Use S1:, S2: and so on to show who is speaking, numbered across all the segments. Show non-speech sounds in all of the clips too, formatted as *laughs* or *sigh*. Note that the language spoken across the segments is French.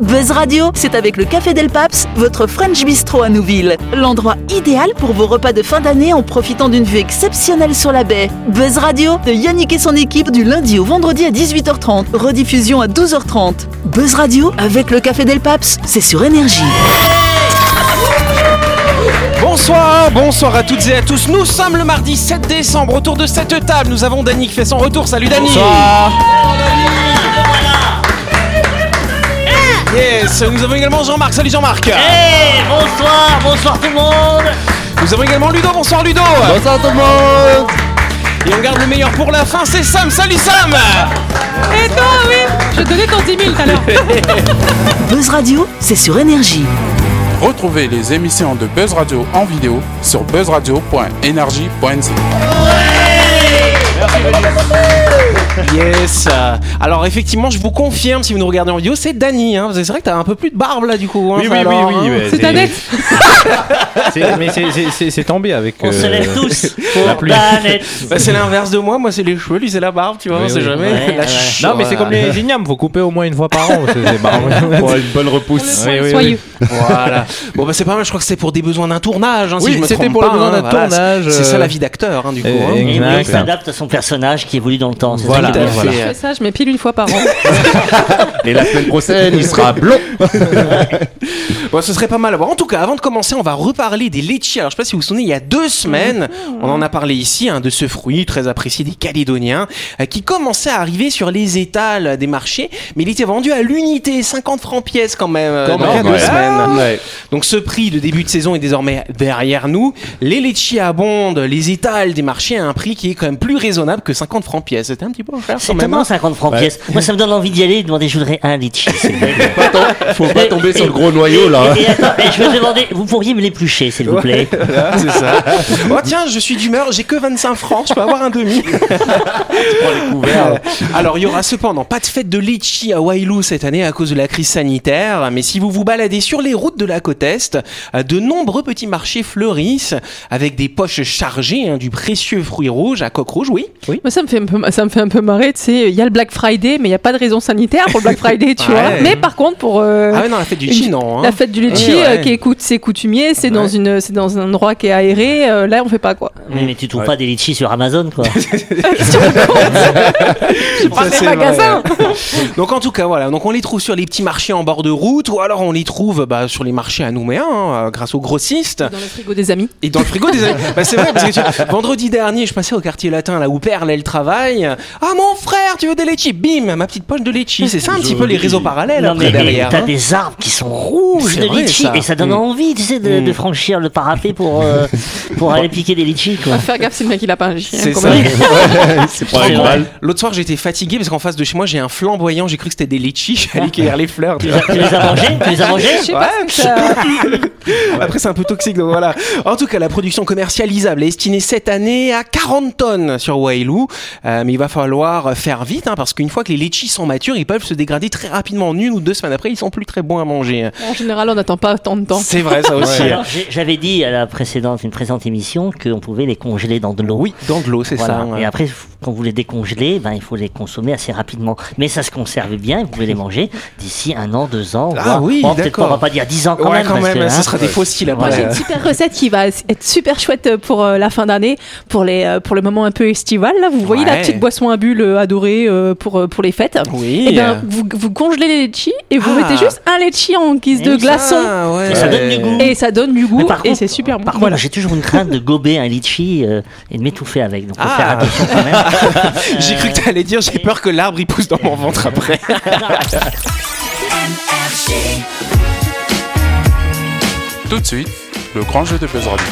S1: Buzz Radio, c'est avec le Café Del Paps, votre French Bistro à Nouville. L'endroit idéal pour vos repas de fin d'année en profitant d'une vue exceptionnelle sur la baie. Buzz Radio, de Yannick et son équipe du lundi au vendredi à 18h30, rediffusion à 12h30. Buzz Radio, avec le Café Del Paps, c'est sur Énergie.
S2: Bonsoir, bonsoir à toutes et à tous. Nous sommes le mardi 7 décembre. Autour de cette table, nous avons Dany qui fait son retour. Salut Dany. Bonsoir. Yes, nous avons également Jean-Marc. Salut Jean-Marc.
S3: Hey, bonsoir, bonsoir tout le monde.
S2: Nous avons également Ludo. Bonsoir Ludo.
S4: Bonsoir tout le monde.
S2: Et on garde le meilleur pour la fin. C'est Sam. Salut Sam.
S5: Et toi, oui. Je donnais ton 10 000 tout à l'heure.
S1: Buzz Radio, c'est sur Énergie.
S6: Retrouvez les émissions de Buzz Radio en vidéo sur buzzradio.energie.nz.
S2: Yes. Alors effectivement, je vous confirme, si vous nous regardez en vidéo, c'est Dany. Hein. C'est vrai que t'as un peu plus de barbe là du coup. hein,
S4: Oui,
S2: ça,
S4: oui,
S2: alors,
S4: oui, oui,
S2: hein.
S4: ouais,
S5: C'est ta dette
S4: *laughs* c'est- Mais c'est- c'est- c'est c'est tombé avec.
S3: On se
S4: euh,
S3: lève tous
S4: *laughs* la
S3: pour
S4: pluie.
S3: Danette.
S2: *laughs* Bah, c'est l'inverse de moi. Moi, c'est les cheveux, lui, c'est la barbe. Tu vois,
S4: Oui,
S2: on sait
S4: oui.
S2: jamais.
S3: Ouais,
S2: La
S3: ouais.
S2: ch-
S4: Non, mais c'est comme les ignames, faut couper au moins une fois par an. c'est- c'est marrant.
S7: Pour une
S4: *laughs*
S7: bonne repousse.
S4: Oui, oui, oui.
S5: Soyeux.
S2: Voilà. Bon, bah, c'est pas mal. Je crois que c'est pour des besoins d'un tournage. hein, si
S4: Oui,
S2: je me
S4: c'était
S2: trompe
S4: pour le
S2: pas,
S4: besoin
S2: hein,
S4: d'un
S2: voilà.
S4: tournage,
S2: C'est ça
S4: euh,
S2: la vie d'acteur, hein, du coup.
S4: et-
S2: hein.
S4: et-
S3: Et oui,
S4: Exact.
S3: il s'adapte à son personnage qui évolue dans le temps. c'est ça
S4: Voilà,
S3: qui est bien.
S2: voilà.
S5: Je fais ça, je m'épile une fois par an.
S7: Et la semaine prochaine, il sera blond.
S2: Bon, ce serait pas mal à voir. En tout cas, avant de commencer, on va reparler des litchis. Alors, je sais pas si vous vous souvenez, il y a deux semaines, on en a parlé ici, hein, de ce fruit très apprécié des Calédoniens, euh, qui commençait à arriver sur les étals des marchés, mais il était vendu à l'unité, 50 francs pièce quand même. euh,
S4: Quand
S2: donc, il y a
S4: même,
S2: deux
S4: ouais.
S2: semaines.
S4: Ah,
S7: Ouais.
S2: Donc ce prix de début de saison est désormais derrière nous. Les litchis abondent, les étals des marchés à un prix qui est quand même plus raisonnable que 50 francs pièce. C'était un petit peu cher
S3: C'est
S2: quand même. hein.
S3: tellement 50 francs pièce. Moi, ça me donne envie d'y aller et de demander, je voudrais un litchi. s'il vous plaît.
S7: Faut pas tom- Faut pas tomber sur le gros noyau là.
S3: Et attends, et je vais demander, vous pourriez me l'éplucher, s'il vous plaît.
S2: Ah, c'est ça. oh tiens, je suis d'humeur, j'ai que 25 francs, je peux avoir un
S5: *laughs*
S2: demi. *laughs* Alors il y aura cependant pas de fête de litchi à Wailou cette année à cause de la crise sanitaire, mais si vous vous baladez sur les routes de la côte est, euh, de nombreux petits marchés fleurissent avec des poches chargées hein, du précieux fruit rouge à coque rouge, oui.
S5: Moi, ça me fait un peu, ça me fait un peu marrer. Tu sais, il y a le Black Friday, mais il n'y a pas de raison sanitaire pour le Black Friday, tu
S2: Ouais.
S5: vois. Mais par contre, pour euh,
S2: Ah ouais, non, la fête du
S5: une-
S2: chi, non. hein.
S5: la fête du litchi,
S2: Ouais, ouais.
S5: euh, qui écoute, c'est coutumier, c'est dans
S2: Ouais.
S5: une, c'est dans un endroit qui est aéré. euh, là, on fait
S2: *laughs*
S5: pas quoi.
S3: Mais, mais tu trouves pas des litchis sur Amazon, quoi.
S5: Ah,
S2: Ça,
S5: les
S2: c'est
S5: magasins.
S2: Donc en tout cas voilà, donc on les trouve sur les petits marchés en bord de route ou alors on les trouve bah, sur les marchés à Nouméa hein, euh, grâce aux grossistes
S5: Dans le frigo des amis.
S2: et dans le frigo des bah, c'est vrai parce que tu- vendredi dernier je passais au quartier latin là où Perle elle travaille. Ah mon frère, tu veux des litchis Bim, ma petite poche de litchi. C'est ça un petit peu les réseaux parallèles
S3: Non,
S2: après
S3: mais
S2: derrière.
S3: t'as
S2: hein.
S3: des arbres qui sont rouges
S2: C'est
S3: de
S2: vrai,
S3: litchis
S2: ça.
S3: et ça donne
S2: Mm.
S3: envie, tu sais, de, de franchir le parapet pour, euh, pour aller piquer des litchis, quoi.
S5: Faire gaffe, c'est le mec, il a pas un chien.
S2: C'est
S5: quand
S2: ça.
S5: même.
S7: C'est pas une balle.
S2: hein. L'autre soir j'étais fatigué parce qu'en face de chez moi j'ai un flamboyant, *laughs* j'ai cru que c'était des litchis,
S3: *laughs*
S2: j'allais cueillir les fleurs. tu
S3: Tu
S2: vois.
S3: les as- tu les as mangés Tu les as mangés
S5: Je sais pas
S2: Ouais.
S5: ce que ça-
S2: *laughs* Après, c'est un peu toxique, donc voilà. En tout cas, la production commercialisable est estimée cette année à 40 tonnes sur Wailou. Euh, mais il va falloir faire vite, hein, parce qu'une fois que les litchis sont matures, ils peuvent se dégrader très rapidement. En une ou deux semaines après, ils sont plus très bons à manger.
S5: En général, on n'attend pas tant de temps.
S2: C'est vrai, ça aussi.
S3: Alors, j'ai- J'avais dit à la précédente, une présente émission, qu'on pouvait les congeler dans de l'eau.
S2: Oui, dans de l'eau, c'est
S3: Voilà.
S2: ça. ouais.
S3: Et après, f- quand vous les décongelez, ben, il faut les consommer assez rapidement. Mais ça se conserve bien, vous pouvez les manger d'ici un an, deux ans.
S2: Ah
S3: voire-
S2: oui,
S3: bon, peut-être
S2: d'accord.
S3: pas, On va pas dire dix ans quand
S2: Ouais,
S3: même.
S2: quand
S3: parce
S2: même,
S3: que,
S2: ce
S3: hein,
S2: sera des fossiles
S5: Moi, j'ai
S2: après.
S5: une super recette qui va être super chouette pour euh, la fin d'année, pour, les, euh, pour le moment un peu estival. Là, vous voyez la
S2: Ouais.
S5: petite boisson à bulles euh, adorée euh, pour, euh, pour les fêtes.
S2: Oui. euh.
S5: Et ben, vous, vous congelez les litchis et vous
S2: Ah.
S5: mettez juste un litchi en guise de
S3: Et
S5: glaçon.
S2: Ah, ouais.
S3: Et ça donne du goût.
S5: Et ça donne du
S3: Mais
S5: goût
S3: par
S5: et
S3: contre-
S5: c'est super bon.
S3: Par contre, j'ai toujours une crainte de gober un litchi euh, et de m'étouffer avec. Donc, faut
S2: Ah.
S3: faire attention
S2: *laughs*
S3: quand même.
S2: J'ai cru que t'allais dire, j'ai peur que l'arbre il pousse dans mon ventre après.
S6: Tout de suite, le grand jeu de Buzz Radio.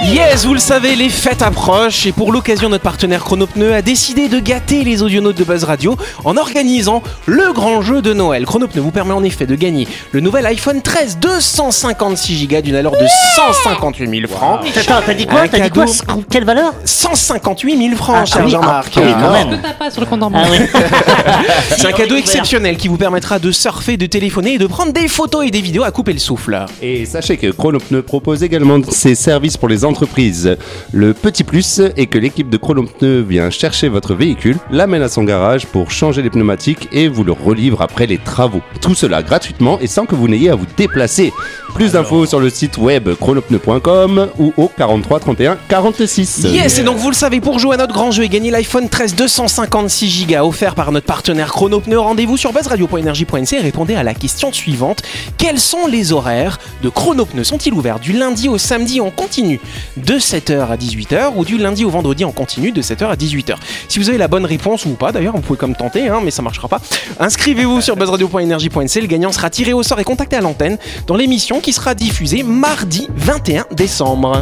S2: Yes, vous le savez, les fêtes approchent et pour l'occasion, notre partenaire Chronopneu a décidé de gâter les audionautes de Buzz Radio en organisant le grand jeu de Noël. Chronopneu vous permet en effet de gagner le nouvel iPhone 13 256 Go d'une valeur de 158 000 francs.
S3: Attends, t'as dit
S2: Un
S3: quoi T'as dit quoi
S2: cadeau.
S3: Quelle valeur
S2: 158 000 francs, cher
S3: oui,
S2: Jean-Marc.
S3: ah oui, quand même.
S5: T'as pas sur le compte en
S3: Ah
S5: banque.
S3: oui.
S2: C'est un cadeau exceptionnel qui vous permettra de surfer, de téléphoner et de prendre des photos et des vidéos à couper le souffle.
S7: Et sachez que Chronopneu propose également ses services pour les entreprises. Le petit plus est que l'équipe de Chronopneu vient chercher votre véhicule, l'amène à son garage pour changer les pneumatiques et vous le relivre après les travaux. Tout cela gratuitement et sans que vous n'ayez à vous déplacer. Plus d'infos sur le site web chronopneu.com ou au 43 31 46. *laughs*
S2: Yes, et donc vous le savez, pour jouer à notre grand jeu et gagner l'iPhone 13 256 Go offert par notre partenaire Chronopneu, rendez-vous sur buzzradio.energie.nc et répondez à la question suivante. Quels sont les horaires de Chronopneu Sont-ils ouverts du lundi au samedi en continu de 7h à 18h ou du lundi au vendredi en continu de 7h à 18h Si vous avez la bonne réponse ou pas, d'ailleurs, vous pouvez comme tenter, hein, mais ça marchera pas. Inscrivez-vous sur buzzradio.energie.nc, le gagnant sera tiré au sort et contacté à l'antenne dans l'émission qui sera diffusée mardi 21 décembre.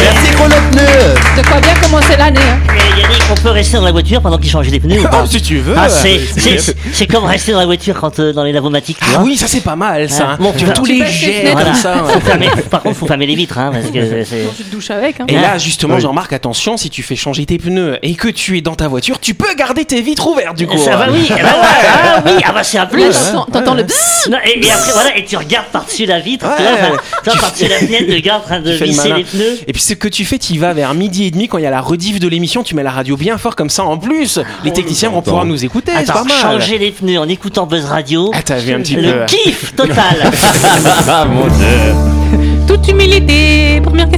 S7: Merci Chronopneu
S5: De quoi bien commencer l'année. hein.
S3: Mais Yannick, on peut rester dans la voiture pendant qu'il change les pneus ou pas
S2: si tu veux
S3: Ah, c'est- c'est c'est comme rester dans la voiture quand euh, dans les lavomatiques, tu
S2: Ah
S3: vois.
S2: oui, ça c'est pas mal ça.
S3: Ah,
S2: hein.
S3: bon,
S2: Tu vois, tous les jets
S3: Voilà.
S2: comme ça. ouais.
S3: Faut fermer- par contre, faut fermer les vitres, hein, parce que euh, c'est.
S5: Tu te douches avec. Hein.
S2: Et là, justement, Jean-Marc, attention, si tu fais changer tes pneus et que tu es dans ta voiture, tu peux garder tes vitres ouvertes du coup.
S3: Ça va, oui, eh ben ouais, ah oui, ah bah c'est un plus.
S5: T'entends- T'entends le bzzz
S3: Non, et, et après, voilà, et tu regardes par-dessus la vitre,
S2: Ouais.
S3: tu vois, enfin, tu vois, par-dessus la fenêtre, le gars en train de
S2: Tu fais le
S3: visser
S2: malin. Eh,
S3: les pneus.
S2: Et puis ce que tu fais, tu y vas vers midi et demi quand il y a la rediff de l'émission, tu mets la radio bien fort comme ça. En plus, les techniciens vont pouvoir nous écouter, c'est pas
S3: Attends,
S2: mal.
S3: changer les pneus en écoutant Buzz Radio.
S2: Ah, t'as vu un petit peu.
S3: Le kiff
S2: *laughs*
S3: total.
S5: Toute humilité. Première question.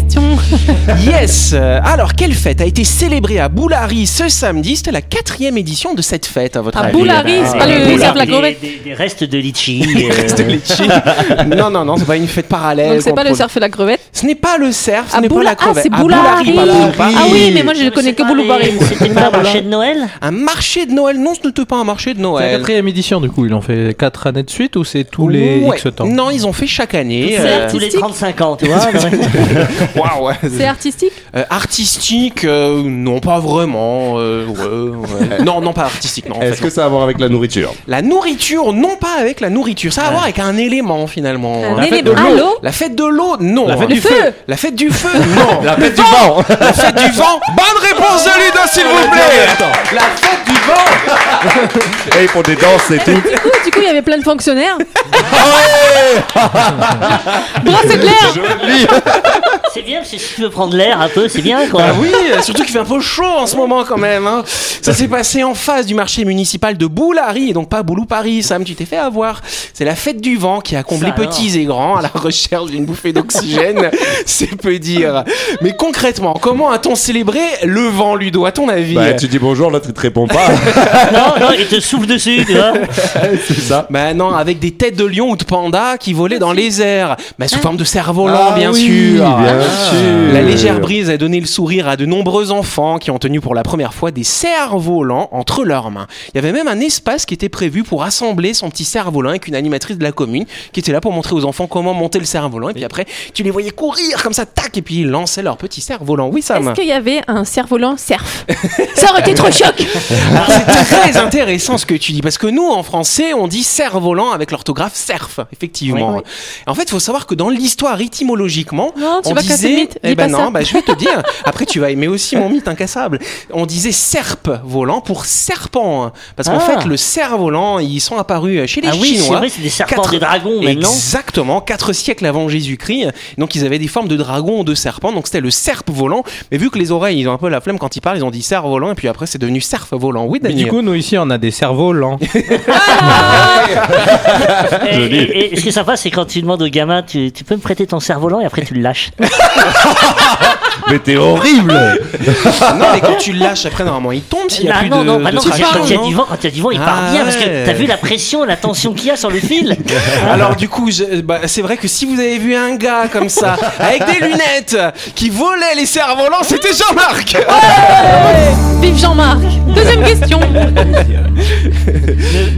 S2: Yes Euh, Alors, quelle fête a été célébrée à Boulary ce samedi C'était la quatrième édition de cette fête, à votre
S5: À
S2: avis
S5: Boulary, c'est pas le
S3: Des-
S5: réserve la
S3: Ah, des-
S5: Gorée.
S3: Des, des restes
S2: *laughs*
S3: de litchi. euh,
S2: Reste litchi. non, non, non, c'est pas une fête parallèle.
S5: Donc c'est pas le
S2: contre-
S5: surf et la crevette.
S2: Ce n'est pas le cerf, ce
S5: Ah,
S2: n'est pas
S5: Boula-
S2: la crevette.
S5: ah, c'est
S2: Ah,
S5: Boulary.
S2: pardon, pardon.
S5: Ah oui, mais moi je
S3: mais
S5: ne connais
S3: c'est
S5: que
S3: pas
S5: Bouloubari.
S3: les- C'était pas un marché de Noël
S2: Un marché de Noël Non, ce n'était pas un marché de
S4: C'est la
S2: Noël.
S4: quatrième édition du coup, ils en fait 4 années de suite ou c'est tous les
S2: Ouais.
S4: X temps
S2: Non, ils ont fait chaque année.
S5: C'est
S2: euh,
S3: Tous les
S5: artistique.
S3: 35 ans,
S2: *laughs*
S3: tu vois.
S2: waouh, ouais.
S5: C'est artistique
S2: Euh, artistique, euh, non, pas vraiment. euh, ouais,
S4: *laughs*
S2: ouais. non, non, pas artistique, non. en
S7: Est-ce
S2: fait,
S7: que
S2: non.
S7: ça a à voir avec la nourriture
S2: La nourriture, non pas avec la nourriture. Ça a à voir avec un élément, finalement.
S5: Un
S2: La fête
S5: élément.
S2: de l'eau.
S5: Ah, l'eau
S2: La fête de l'eau, non.
S4: La fête
S5: Le
S4: du
S5: feu.
S2: La fête du feu, non.
S7: La fête du vent
S2: La fête du vent, bonne réponse de Ludo, s'il vous plaît. La fête du vent.
S7: Et ils font des danses et tout
S5: Du coup, Oh, du coup, il y avait plein de fonctionnaires.
S2: *laughs*
S5: Brassez de l'air
S3: C'est bien, parce que si tu veux prendre l'air un peu, c'est bien, quoi.
S2: Ah oui, euh, surtout qu'il fait un peu chaud en ce moment quand même. hein. Ça s'est passé en face du marché municipal de Boulary, et donc pas Boulou Paris. Sam, tu t'es fait avoir. C'est la fête du vent qui a les
S3: Ça alors.
S2: petits et grands à la recherche d'une bouffée
S3: *laughs*
S2: d'oxygène. C'est peu dire. Mais concrètement, comment a-t-on célébré le vent, Ludo, à ton avis
S7: Bah, tu dis bonjour, l'autre il te répond pas.
S2: Ah.
S3: Non, non, il te souffle dessus, tu vois.
S7: c'est ça.
S2: Bah non, avec des têtes de lion ou de panda qui volaient dans les airs. Bah sous forme de cerf-volant,
S7: Ah
S2: bien
S7: oui,
S2: sûr.
S7: Ah, bien sûr.
S2: La légère brise a donné le sourire à de nombreux enfants qui ont tenu pour la première fois des cerfs-volants entre leurs mains. Il y avait même un espace qui était prévu pour assembler son petit cerf-volant avec une animatrice de la commune qui était là pour montrer aux enfants comment monter le cerf-volant. Et puis après, tu les voyais courir comme ça, tac, et puis ils lançaient leur petit cerf-volant. Oui, Sam
S5: Est-ce qu'il y avait un cerf-volant surf Ça aurait été trop choc
S2: Alors, C'est très intéressant ce que tu dis, parce que nous, en français, on dit cerf-volant avec l'orthographe cerf, effectivement.
S3: Oui,
S2: En fait, il faut savoir que dans l'histoire, étymologiquement,
S5: Non, tu
S2: on
S5: vas
S2: disait...
S5: casser le mythe,
S2: Eh
S5: dis
S2: ben
S5: pas
S2: non,
S5: ça.
S2: bah, je vais te
S5: *laughs*
S2: dire. Après, tu vas aimer aussi mon mythe incassable. On disait serpe-volant pour serpent, parce qu'en
S3: Ah.
S2: fait, le cerf-volant, ils sont apparus chez les
S3: ah oui, c'est
S2: Chinois.
S3: vrai, c'est des serpents,
S2: Quatre-
S3: des dragons maintenant.
S2: Exactement, 4 siècles avant Jésus-Christ. Donc ils avaient des formes de dragons ou de serpents. Donc c'était le serpe volant. Mais vu que les oreilles, ils ont un peu la flemme quand ils parlent, ils ont dit serf volant. Et puis après, c'est devenu serf volant. Oui,
S4: Mais
S2: Daniel.
S4: du coup, nous ici, on a des cerveaux lents.
S3: Et, et- et ce qui est sympa, c'est quand tu demandes au gamin, tu, tu peux me prêter ton cerf-volant et après tu le lâches.
S7: Mais t'es horrible
S2: non, mais quand tu le llâches, après, normalement, il tombe s'il n'y a
S3: Ah
S2: plus
S3: non,
S2: de.
S3: non,
S2: de
S3: bah non,
S2: traction,
S3: quand il y a
S2: non
S3: du vent, quand il y a du vent, il
S2: Ah
S3: part bien parce
S2: ouais.
S3: que t'as vu la pression, la tension qu'il y a sur le fil.
S2: *laughs* Alors du coup, je- bah, c'est vrai que si vous avez vu un gars comme ça, avec des lunettes, qui volait les cerfs-volants, c'était Jean-Marc
S5: Vive Jean-Marc Deuxième question
S3: ne,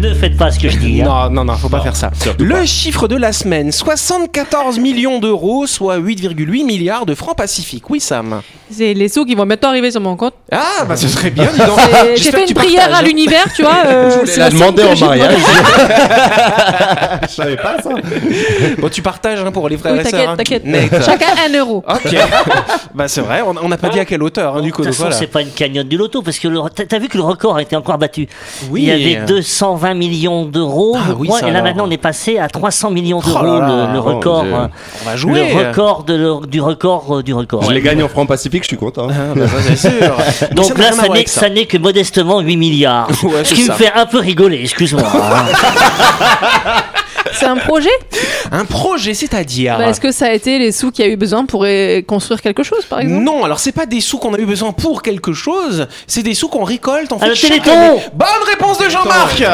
S3: ne faites pas ce que je dis. hein.
S2: Non, non, non, faut pas faire ça. Le chiffre de la semaine, 74 millions d'euros, soit 8,8 milliards de francs pacifiques. Oui, Sam.
S5: C'est les sous qui vont bientôt arriver sur mon compte.
S2: Ah, bah ce serait bien, dis donc.
S5: Et J'ai
S2: J'espère que
S5: fait
S2: tu
S5: une prière
S2: partages,
S5: à
S2: hein.
S5: l'univers, tu vois.
S2: *laughs*
S5: euh, c'est
S7: La
S5: la seule
S7: demandé
S5: que
S7: en
S5: j'ai demandé.
S7: mariage. *laughs* Je savais pas ça.
S2: Bon, tu partages hein, pour les frères
S5: Oui,
S2: et sœurs.
S5: t'inquiète, t'inquiète.
S2: Net. *laughs*
S5: Chacun un euro.
S2: Ok. bah c'est vrai, on on n'a pas dit à quelle hauteur, hein, du coup.
S3: de
S2: donc
S3: toute façon,
S2: voilà.
S3: c'est pas une cagnotte du lot, loto parce que le- t'as t'as vu que le record a été encore battu.
S2: Oui.
S3: Il y avait 220 millions d'euros,
S2: Ah
S3: je
S2: oui,
S3: crois,
S2: ça
S3: et là
S2: alors.
S3: maintenant on est passé à 300 millions
S2: Oh là
S3: d'euros
S2: là,
S3: le, le
S7: oh,
S3: record.
S7: Dieu.
S3: hein.
S2: On va jouer. euh.
S3: Le record de- du record euh, du record.
S7: Je les gagne en franc pacifique, je suis content.
S2: Ah, bah, ça, c'est *laughs* sûr.
S3: Donc
S2: n'a rien
S3: là,
S2: à
S3: ça
S2: voir
S3: n'est,
S2: avec
S3: ça n'est que modestement 8 milliards.
S2: *laughs* Ouais,
S3: ce
S2: c'est
S3: qui
S2: ça.
S3: me fait un peu rigoler, excuse-moi.
S2: *laughs*
S3: hein.
S5: C'est un projet
S2: Un projet, c'est-à-dire.
S5: Bah, Est-ce que ça a été les sous qu'il y a eu besoin pour euh, construire quelque chose, par exemple
S2: Non, alors c'est pas des sous qu'on a eu besoin pour quelque chose, c'est des sous qu'on récolte en fait.
S3: le
S2: chaque
S3: Téléthon
S2: année. Bonne réponse de Jean-Marc
S3: 8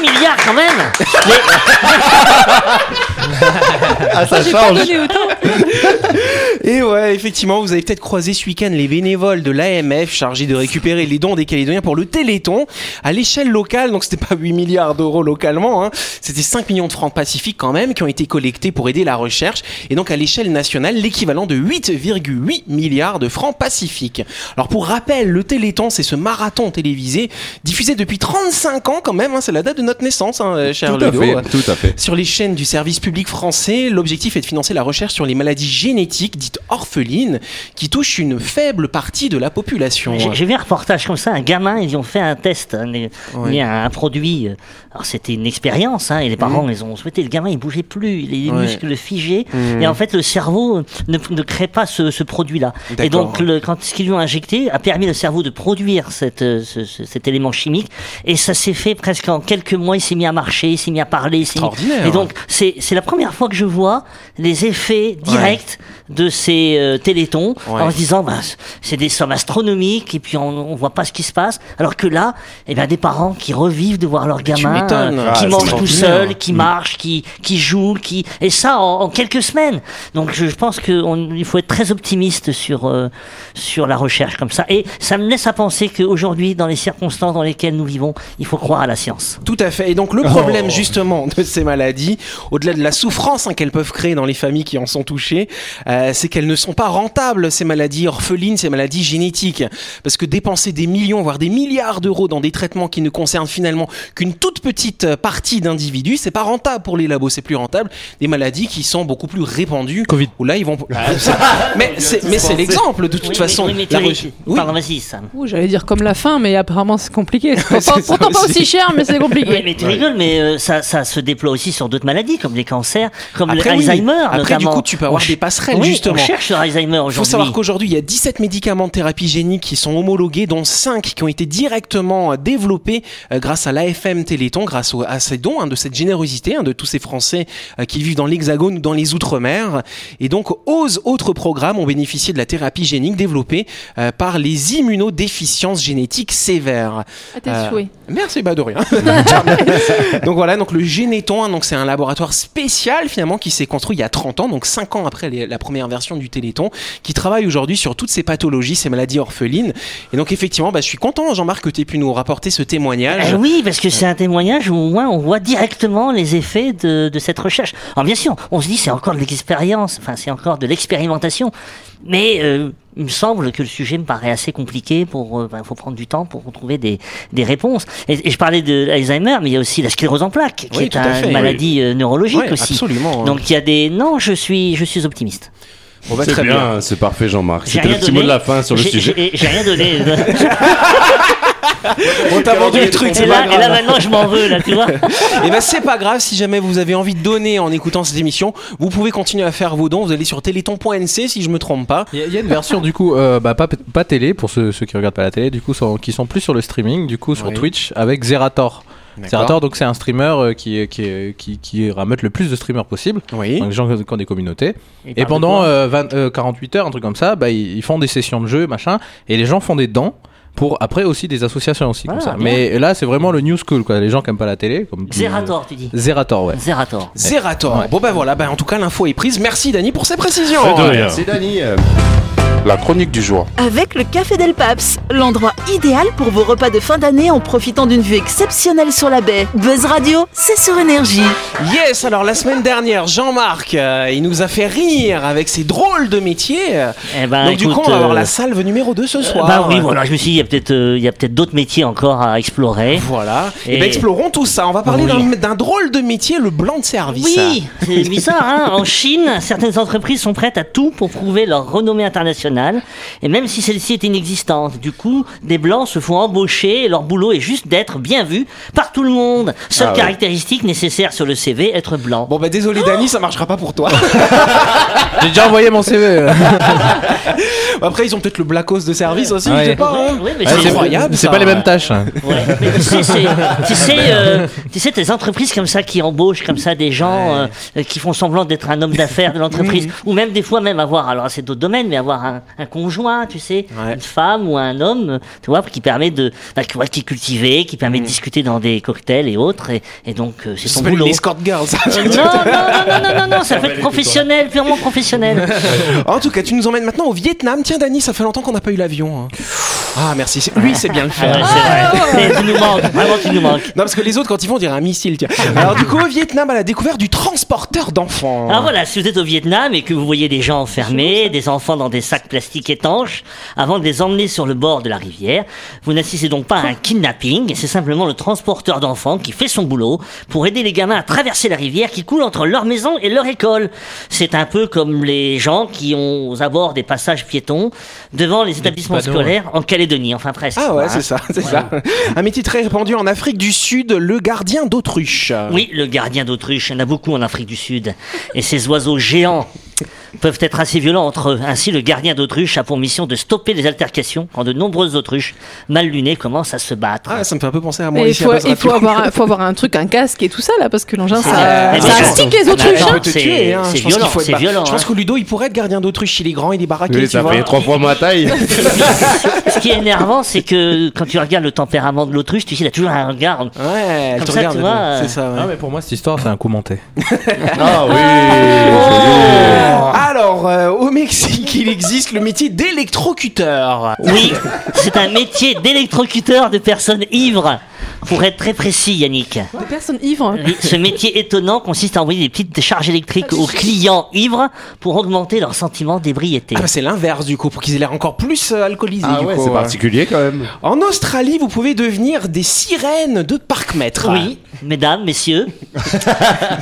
S3: milliards quand même
S7: Ah, ça
S5: J'ai pas donné autant.
S2: Et ouais, effectivement, vous avez peut-être croisé ce week-end les bénévoles de l'AMF chargés de récupérer les dons des Calédoniens pour le Téléthon à l'échelle locale. Donc c'était pas 8 milliards d'euros localement, hein. c'était 5 millions de francs pacifiques quand même qui ont été collectés pour aider la recherche. Et donc à l'échelle nationale, l'équivalent de 8,8 milliards de francs pacifiques. Alors pour rappel, le Téléthon, c'est ce marathon télévisé diffusé depuis 35 ans quand même. hein. C'est la date de notre naissance, hein, cher
S7: Tout à
S2: Ludo.
S7: fait, tout à fait.
S2: Sur les chaînes du service public français, l'objectif est de financer la recherche sur les maladies génétiques dites orphelines qui touchent une faible partie de la population.
S3: J'ai- J'ai vu un reportage comme ça, un gamin, ils ont fait un test, un,
S2: Ouais.
S3: il y a un produit. euh, Alors c'était une expérience, hein, et les parents, ils ont souhaité. Le gamin, il bougeait plus, il les
S2: Mm. Ouais. Mm.
S3: muscles figés, et en fait, le cerveau ne, ne crée pas ce, ce produit-là. Et
S2: D'accord.
S3: donc, le, quand ce qu'ils lui ont injecté a permis au cerveau de produire cette, euh, ce- ce- cet élément chimique, et ça s'est fait presque en quelques mois. Il s'est mis à marcher, il s'est mis à parler, il s'est mis-
S2: Extraordinaire.
S3: Et donc, c'est c'est la première fois que je vois les effets directs de ces euh, télétons
S2: Ouais.
S3: en se disant bah, c- c'est des sommes astronomiques et puis on, on voit pas ce qui se passe alors que là eh bien des parents qui revivent de voir leur gamin
S2: m'étonnes. Ah,
S3: qui
S2: c'est
S3: mange tout
S2: extraordinaire. Mm.
S3: seul qui marche qui qui joue qui et ça en, en quelques semaines donc je, je pense que on- il faut être très optimiste sur euh, sur la recherche comme ça et ça me laisse à penser qu'aujourd'hui dans les circonstances dans lesquelles nous vivons il faut croire à la science
S2: Tout à fait. Et donc le problème justement de ces maladies, au-delà de la souffrance hein, qu'elles peuvent créer dans les familles qui en sont touchées, euh, c'est qu'elles ne sont pas rentables, ces maladies orphelines, ces maladies génétiques. Parce que dépenser des millions, voire des milliards d'euros dans des traitements qui ne concernent finalement qu'une toute petite euh, partie d'individus, c'est pas rentable pour les labos, c'est plus rentable des maladies qui sont beaucoup plus répandues.
S4: Covid.
S2: Où là, ils vont... *laughs* mais c'est mais c'est l'exemple de toute
S3: Ah, Oui, mais-
S2: façon.
S3: oui, mais tu
S2: La
S3: les-
S2: recherche- Oui.
S3: pardon vas-y Sam
S5: Ouh, J'allais dire comme la fin, mais apparemment
S2: *laughs*
S5: c'est compliqué. C'est
S2: C'est
S5: pas-
S2: ça
S5: pourtant pas
S2: aussi.
S5: aussi cher, mais c'est
S3: Oui,
S5: compliqué.
S3: mais tu rigoles, mais euh, ça, ça se déploie aussi sur d'autres maladies comme les cancers, comme
S2: Après, oui.
S3: l'Alzheimer.
S2: Après, du coup, tu peux avoir des passerelles, justement.
S3: On cherche sur Alzheimer
S2: Il faut
S3: aujourd'hui.
S2: savoir qu'aujourd'hui, il y a 17 médicaments de thérapie génique qui sont homologués, dont 5 qui ont été directement euh, développés euh, grâce à l'AFM Téléthon, grâce au- à ces dons, hein, de cette générosité hein, de tous ces Français euh, qui vivent dans l'Hexagone ou dans les Outre-mer. Et donc, 11 autres programmes ont bénéficié de la thérapie génique développée euh, par les immunodéficiences génétiques sévères.
S5: À tes
S2: Euh,
S5: souhaits.
S2: Merci, bah de
S5: *laughs*
S2: rien. donc voilà, donc le Généton, hein, donc c'est un laboratoire spécial finalement qui s'est construit il y a 30 ans, donc 5 ans après les- la première version du Téléthon, qui travaille aujourd'hui sur toutes ces pathologies, ces maladies orphelines. Et donc effectivement, bah, je suis content, Jean-Marc, que tu aies pu nous rapporter ce témoignage.
S3: Eh oui, parce que c'est un témoignage où au moins on voit directement les effets de, de cette recherche. Alors bien sûr, on se dit c'est encore de l'expérience, enfin c'est encore de l'expérimentation, mais euh, il me semble que le sujet me paraît assez compliqué. Pour, euh, ben, faut prendre du temps pour trouver des, des réponses. Et, et je parlais de Alzheimer, mais il y a aussi la sclérose en plaques, qui
S2: Oui,
S3: est
S2: tout à
S3: un-
S2: fait,
S3: une maladie euh, neurologique
S2: Ouais,
S3: aussi.
S2: absolument.
S3: Donc il y a des non, je suis je suis optimiste.
S2: Bon, bah,
S7: C'est
S2: très
S7: bien, c'est parfait, Jean-Marc.
S3: J'ai
S7: C'était le
S3: rien
S7: petit
S3: donné.
S7: mot de la fin sur le
S3: J'ai-
S7: sujet.
S3: j'ai- J'ai rien
S7: *laughs*
S3: donné.
S2: On t'a vendu le truc,
S3: et,
S2: c'est
S3: là,
S2: pas
S3: et là
S2: grave.
S3: maintenant je m'en veux là,
S2: *laughs*
S3: tu vois.
S2: Et bah c'est pas grave, si jamais vous avez envie de donner en écoutant cette émission, vous pouvez continuer à faire vos dons, vous allez sur téléthon.nc si je me trompe pas.
S4: Il y, a- il y a une version du coup, euh, bah, pas, pas télé pour ceux, ceux qui regardent pas la télé, du coup, sont- qui sont plus sur le streaming, du coup, sur
S2: Oui.
S4: Twitch avec Zerator.
S2: D'accord.
S4: Zerator, donc c'est un streamer euh, qui, qui, qui, qui rameute le plus de streamers possible,
S2: Oui.
S4: donc des gens qui ont des communautés.
S3: Il
S4: Et
S3: parle de
S4: pendant
S3: quoi
S4: euh, 20, euh, 48 heures, un truc comme ça, bah, ils, ils font des sessions de jeu, machin, et les gens font des dons pour après aussi des associations aussi comme
S3: Ah,
S4: ça.
S3: bien.
S4: Mais là, c'est vraiment le new school, quoi. Les gens qui aiment pas la télé, comme
S2: euh,
S3: Zerator, tu dis.
S4: Zerator, ouais.
S3: Zerator.
S2: Zerator. Bon bah voilà, bah en tout cas l'info est prise. Merci Dani pour ces précisions.
S7: C'est Dani. euh,
S6: La chronique du jour.
S1: Avec le Café Del Paps, l'endroit idéal pour vos repas de fin d'année en profitant d'une vue exceptionnelle sur la baie. Buzz Radio, c'est sur énergie.
S2: Yes, alors la semaine dernière, Jean-Marc, euh, il nous a fait rire avec ses drôles de métiers.
S3: Eh ben,
S2: Donc du coup,
S3: écoute,
S2: on va avoir
S3: euh,
S2: la salve numéro 2 ce soir.
S3: Bah oui, voilà, je me suis dit, il y a peut-être euh, il y a peut-être d'autres métiers encore à explorer.
S2: Voilà. Et,
S3: Et-
S2: ben, explorons tout ça. On va parler
S3: Oui.
S2: d'un- d'un drôle de métier, le blanc de service.
S3: *laughs* Oui, c'est bizarre, hein. En Chine, certaines entreprises sont prêtes à tout pour prouver leur renommée nationale, et même si celle-ci est inexistante. Du coup, des Blancs se font embaucher, et leur boulot est juste d'être bien vu par tout le monde. Seule
S7: Ah ouais.
S3: caractéristique nécessaire sur le CV, être blanc.
S2: Bon bah désolé
S3: Oh.
S2: Dani, ça marchera pas
S3: *laughs*
S2: pour toi.
S4: J'ai déjà envoyé mon euh. CV.
S2: Après ils ont peut-être le blackos de service aussi,
S4: Ouais.
S2: je sais pas. hein.
S3: Ouais, mais
S2: c'est
S3: c'est-
S2: incroyable,
S4: Ah, C'est
S2: ça.
S4: pas les mêmes tâches. hein.
S3: Ouais, mais tu sais, c'est- tu sais, euh, tu sais, tes entreprises comme ça qui embauchent comme ça des gens euh, euh, qui font semblant d'être un homme d'affaires de l'entreprise, ou même des fois même avoir, alors c'est d'autres domaines, mais avoir un, un conjoint, tu sais,
S2: Ouais.
S3: une femme ou un homme, euh, tu vois, qui permet de, bah, qui, ouais, qui est cultivé, qui permet de discuter dans des cocktails et autres, et, et donc euh, c'est
S2: Ça
S3: son
S2: s'appelle une
S3: boulot.
S2: escort
S3: *laughs*
S2: girl ça.
S3: Euh, non, non, non, non, non, non, non, ça fait être professionnel, purement professionnel.
S2: En tout cas, tu nous emmènes maintenant au Vietnam. Tiens Dani, ça fait longtemps qu'on n'a pas eu l'avion. hein. Ah merci, c'est- lui c'est bien le
S3: Ah
S2: faire.
S3: ouais, c'est vrai. Mais tu nous manques, vraiment tu nous manques.
S2: Non parce que les autres quand ils vont on dirait un missile tiens. Alors du coup au Vietnam à la découverte du transporteur d'enfants.
S3: Alors Ah, voilà, si vous êtes au Vietnam et que vous voyez des gens enfermés, des enfants dans des sacs plastiques étanches, avant de les emmener sur le bord de la rivière, vous n'assistez donc pas à un kidnapping, c'est simplement le transporteur d'enfants qui fait son boulot pour aider les gamins à traverser la rivière qui coule entre leur maison et leur école. C'est un peu comme les gens qui ont aux abords des passages piétons devant les établissements
S4: panneaux,
S3: scolaires en Calédonie, enfin presque.
S2: Ah ouais,
S3: Voilà.
S2: c'est ça, c'est ça. Un métier très répandu en Afrique du Sud, le gardien d'autruche.
S3: Oui, le gardien d'autruche, il y en a beaucoup en Afrique du Sud. Et ces oiseaux géants peuvent être assez violents entre eux. Ainsi, le gardien d'autruche a pour mission de stopper les altercations quand de nombreuses autruches mal lunées commencent à se battre.
S2: Ah, ça me fait un peu penser à moi
S5: Et il
S2: ici.
S5: faut,
S2: à
S5: il
S2: Basra.
S5: faut avoir, un- faut avoir un truc, un casque et tout ça là, parce que l'engin
S3: C'est
S5: ça,
S3: vrai.
S5: ça
S3: Mais
S5: astique les
S3: non,
S5: autruches.
S3: mais
S5: hein.
S2: peut te
S3: c'est-
S2: tuer, hein.
S3: c'est
S2: Je pense qu'il
S3: violent,
S2: faut être
S3: c'est
S2: pas-
S3: violent,
S2: Je pense
S3: hein.
S2: que Ludo, il pourrait être gardien d'autruche. Il est grand, il est baraqué.
S7: Oui,
S2: tu
S7: ça
S2: vois.
S7: fait trois fois ma taille.
S3: *laughs* Ce qui est énervant, c'est que quand tu regardes le tempérament de l'autruche, tu sais, il a toujours un regard.
S2: Ouais,
S3: Comme
S2: tu
S3: ça,
S2: regardes.
S3: tu vois,
S2: C'est ça, ouais.
S4: mais pour moi, cette histoire, c'est un coup monté.
S7: Ah oui.
S3: Ah.
S2: Alors, euh, au Mexique, il existe le métier d'électrocuteur.
S3: Oui, c'est un métier d'électrocuteur de personnes ivres. Pour être très précis, Yannick.
S5: Des personnes ivres.
S3: Oui, ce métier étonnant consiste à envoyer des petites charges électriques aux clients ivres pour augmenter leur sentiment d'ébriété.
S2: Ah bah, c'est l'inverse du coup, pour qu'ils aient l'air encore plus euh, alcoolisés.
S7: Ah
S2: du
S7: ouais,
S2: coup,
S7: c'est
S2: ouais.
S7: particulier quand même.
S2: En Australie, vous pouvez devenir des sirènes de parc-mètre.
S3: Oui, mesdames, messieurs.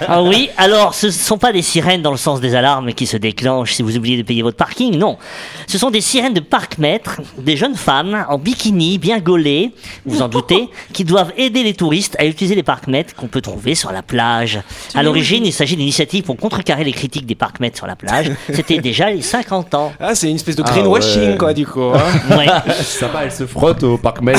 S3: ah oui, alors ce ne sont pas des sirènes dans le sens des alarmes qui se déclenchent si vous oubliez de payer votre parking, non. Ce sont des sirènes de parc-mètre, des jeunes femmes en bikini, bien gaulées, vous en doutez, qui doivent aider les touristes à utiliser les parcs-mètres qu'on peut trouver sur la plage. À l'origine, il s'agit d'initiatives pour contrecarrer les critiques des parcs-mètres sur la plage. C'était déjà les 50 ans.
S2: Ah, c'est une espèce de
S7: Ah
S2: greenwashing,
S7: ouais.
S2: quoi, du coup. hein.
S7: *laughs*
S3: Ouais.
S7: Ça va, elle se frotte au parc *laughs* mec.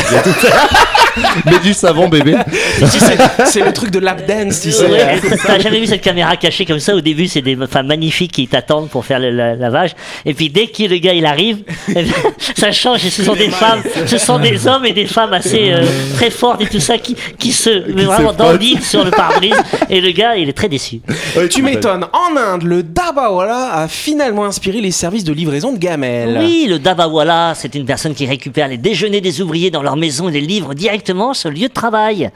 S7: Mais du savon bébé.
S2: Tu sais, c'est le truc de lap dance, tu sais.
S3: Ouais, T'as jamais vu cette caméra cachée comme ça Au début, c'est des femmes magnifiques qui t'attendent pour faire le la- lavage. Et puis dès que le gars il arrive, *laughs* eh bien, ça change. Et ce sont des femmes, ce sont des hommes et des femmes assez euh, très fortes et tout ça qui, qui se mais vraiment
S7: se frottent.
S3: dandinent sur le pare-brise. Et le gars, il est très déçu.
S2: Tu m'étonnes, en Inde, le Dabawala a finalement inspiré les services de livraison de gamelles.
S3: Oui, le Dabawala, c'est une personne qui récupère les déjeuners des ouvriers dans leur maison et les livre directement sur le lieu de travail.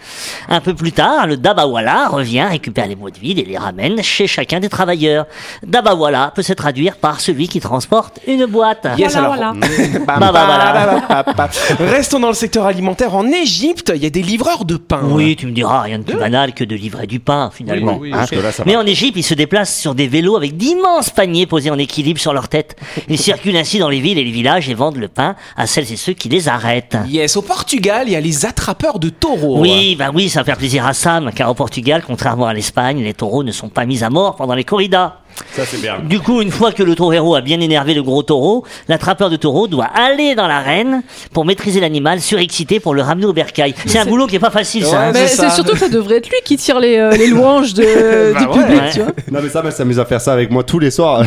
S3: Un peu plus tard, le Dabawala revient, récupère les mots de vide et les ramène chez chacun des travailleurs. Dabawala peut se traduire par celui qui transporte une boîte.
S2: Yes,
S5: Voilà,
S2: alors.
S5: voilà.
S2: Bam,
S3: Bah, bah,
S2: bam,
S3: voilà.
S2: bam, bam, bam. Restons dans le secteur alimentaire. En Égypte, il y a des livreurs de pain.
S3: Oui, tu me diras, rien de plus banal que de livrer du pain, finalement.
S7: Hein Oui, oui,
S3: hein.
S7: jusque-là, ça va.
S3: Mais en Égypte, ils se déplacent sur des vélos avec d'immenses paniers posés en équilibre sur leur tête.
S7: *laughs*
S3: Ils circulent ainsi dans les villes et les villages et vendent le pain à celles et ceux qui les arrêtent.
S2: Yes, au Portugal, il y a les attrapeurs de taureaux.
S3: Oui, bah oui, ça va faire plaisir à Sam, car au Portugal, contrairement à l'Espagne, les taureaux ne sont pas mis à mort pendant les corridas.
S7: Ça c'est bien.
S3: Du coup, une fois que le torero a bien énervé le gros taureau, l'attrapeur de taureau doit aller dans l'arène pour maîtriser l'animal surexcité pour le ramener au bercail. C'est un boulot qui est pas facile, ça. hein.
S2: Ouais,
S5: Mais
S2: Ah, c'est ça.
S5: c'est surtout que ça devrait être lui qui tire les, euh, les louanges de,
S2: Bah
S5: du
S2: ouais.
S5: public,
S3: Ouais.
S5: tu vois.
S7: Non mais ça, elle s'amuse à faire ça avec moi tous les soirs.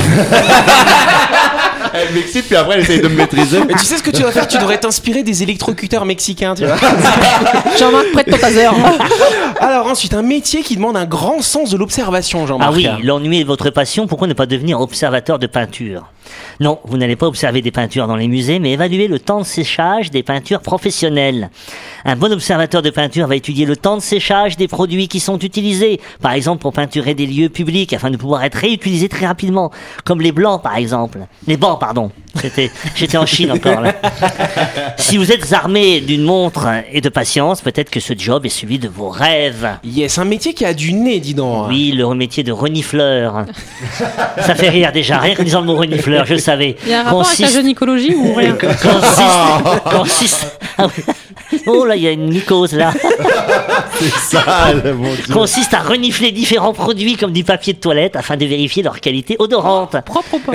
S7: elle m'excite puis après elle essaye de me maîtriser.
S2: Mais tu sais ce que tu dois faire Tu devrais t'inspirer des électrocuteurs mexicains,
S7: *laughs*
S2: tu vois.
S5: Jean-Marc, prête ton taser.
S2: Alors ensuite, un métier qui demande un grand sens de l'observation, Jean-Marc.
S3: Ah oui, l'ennui est votre passion, pourquoi ne pas devenir observateur de peinture Non, vous n'allez pas observer des peintures dans les musées, mais évaluer le temps de séchage des peintures professionnelles. Un bon observateur de peinture va étudier le temps de séchage des produits qui sont utilisés, par exemple pour peinturer des lieux publics, afin de pouvoir être réutilisés très rapidement, comme les blancs par exemple. Les bancs, pardon. C'était- J'étais en Chine encore là. Si vous êtes armé d'une montre et de patience, peut-être que ce job est celui de vos rêves.
S2: Yes, un métier qui a du nez, dis donc. hein.
S3: Oui, le métier de renifleur. Ça fait rire déjà, rien qu'en disant le mot renifleur. l'heure, je savais.
S8: Il y a un rapport avec la jeune écologie ou rien
S3: *laughs* consiste, consiste- Ah oui. Oh là, il y a une mycose là.
S7: C'est sale, mon dieu.
S3: Consiste à renifler différents produits comme du papier de toilette afin de vérifier leur qualité odorante.
S8: Propre ou pas